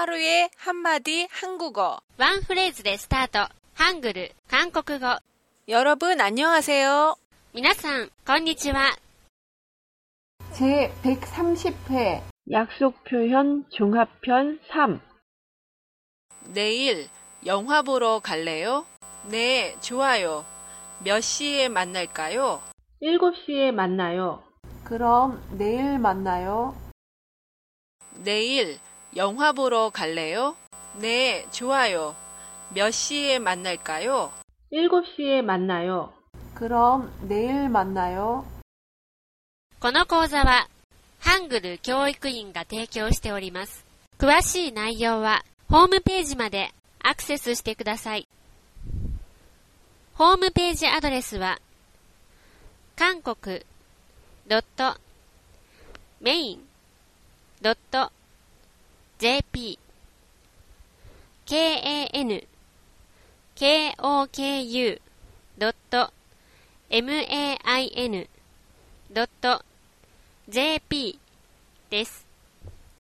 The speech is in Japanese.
하루에 한마디 한국어. ワンフレーズでスタート。ハングル、韓国語。 여러분, 안녕하세요. 皆さん、こんにちは。 제 130회 약속 표현 종합편 3. 내일 영화 보러 갈래요? 네, 좋아요. 몇 시에 만날까요? 7시에 만나요. 그럼 내일 만나요. 내일 영화 보러 갈래요? 네, 좋아요. 몇 시에 만날까요? 7시에 만나요. 그럼 내일 만나요. この講座は、ハングル教育院が提供しております。詳しい内容は、ホームページまでアクセスしてください。ホームページアドレスは、韓国 .main.jp kan koku.main.jp です。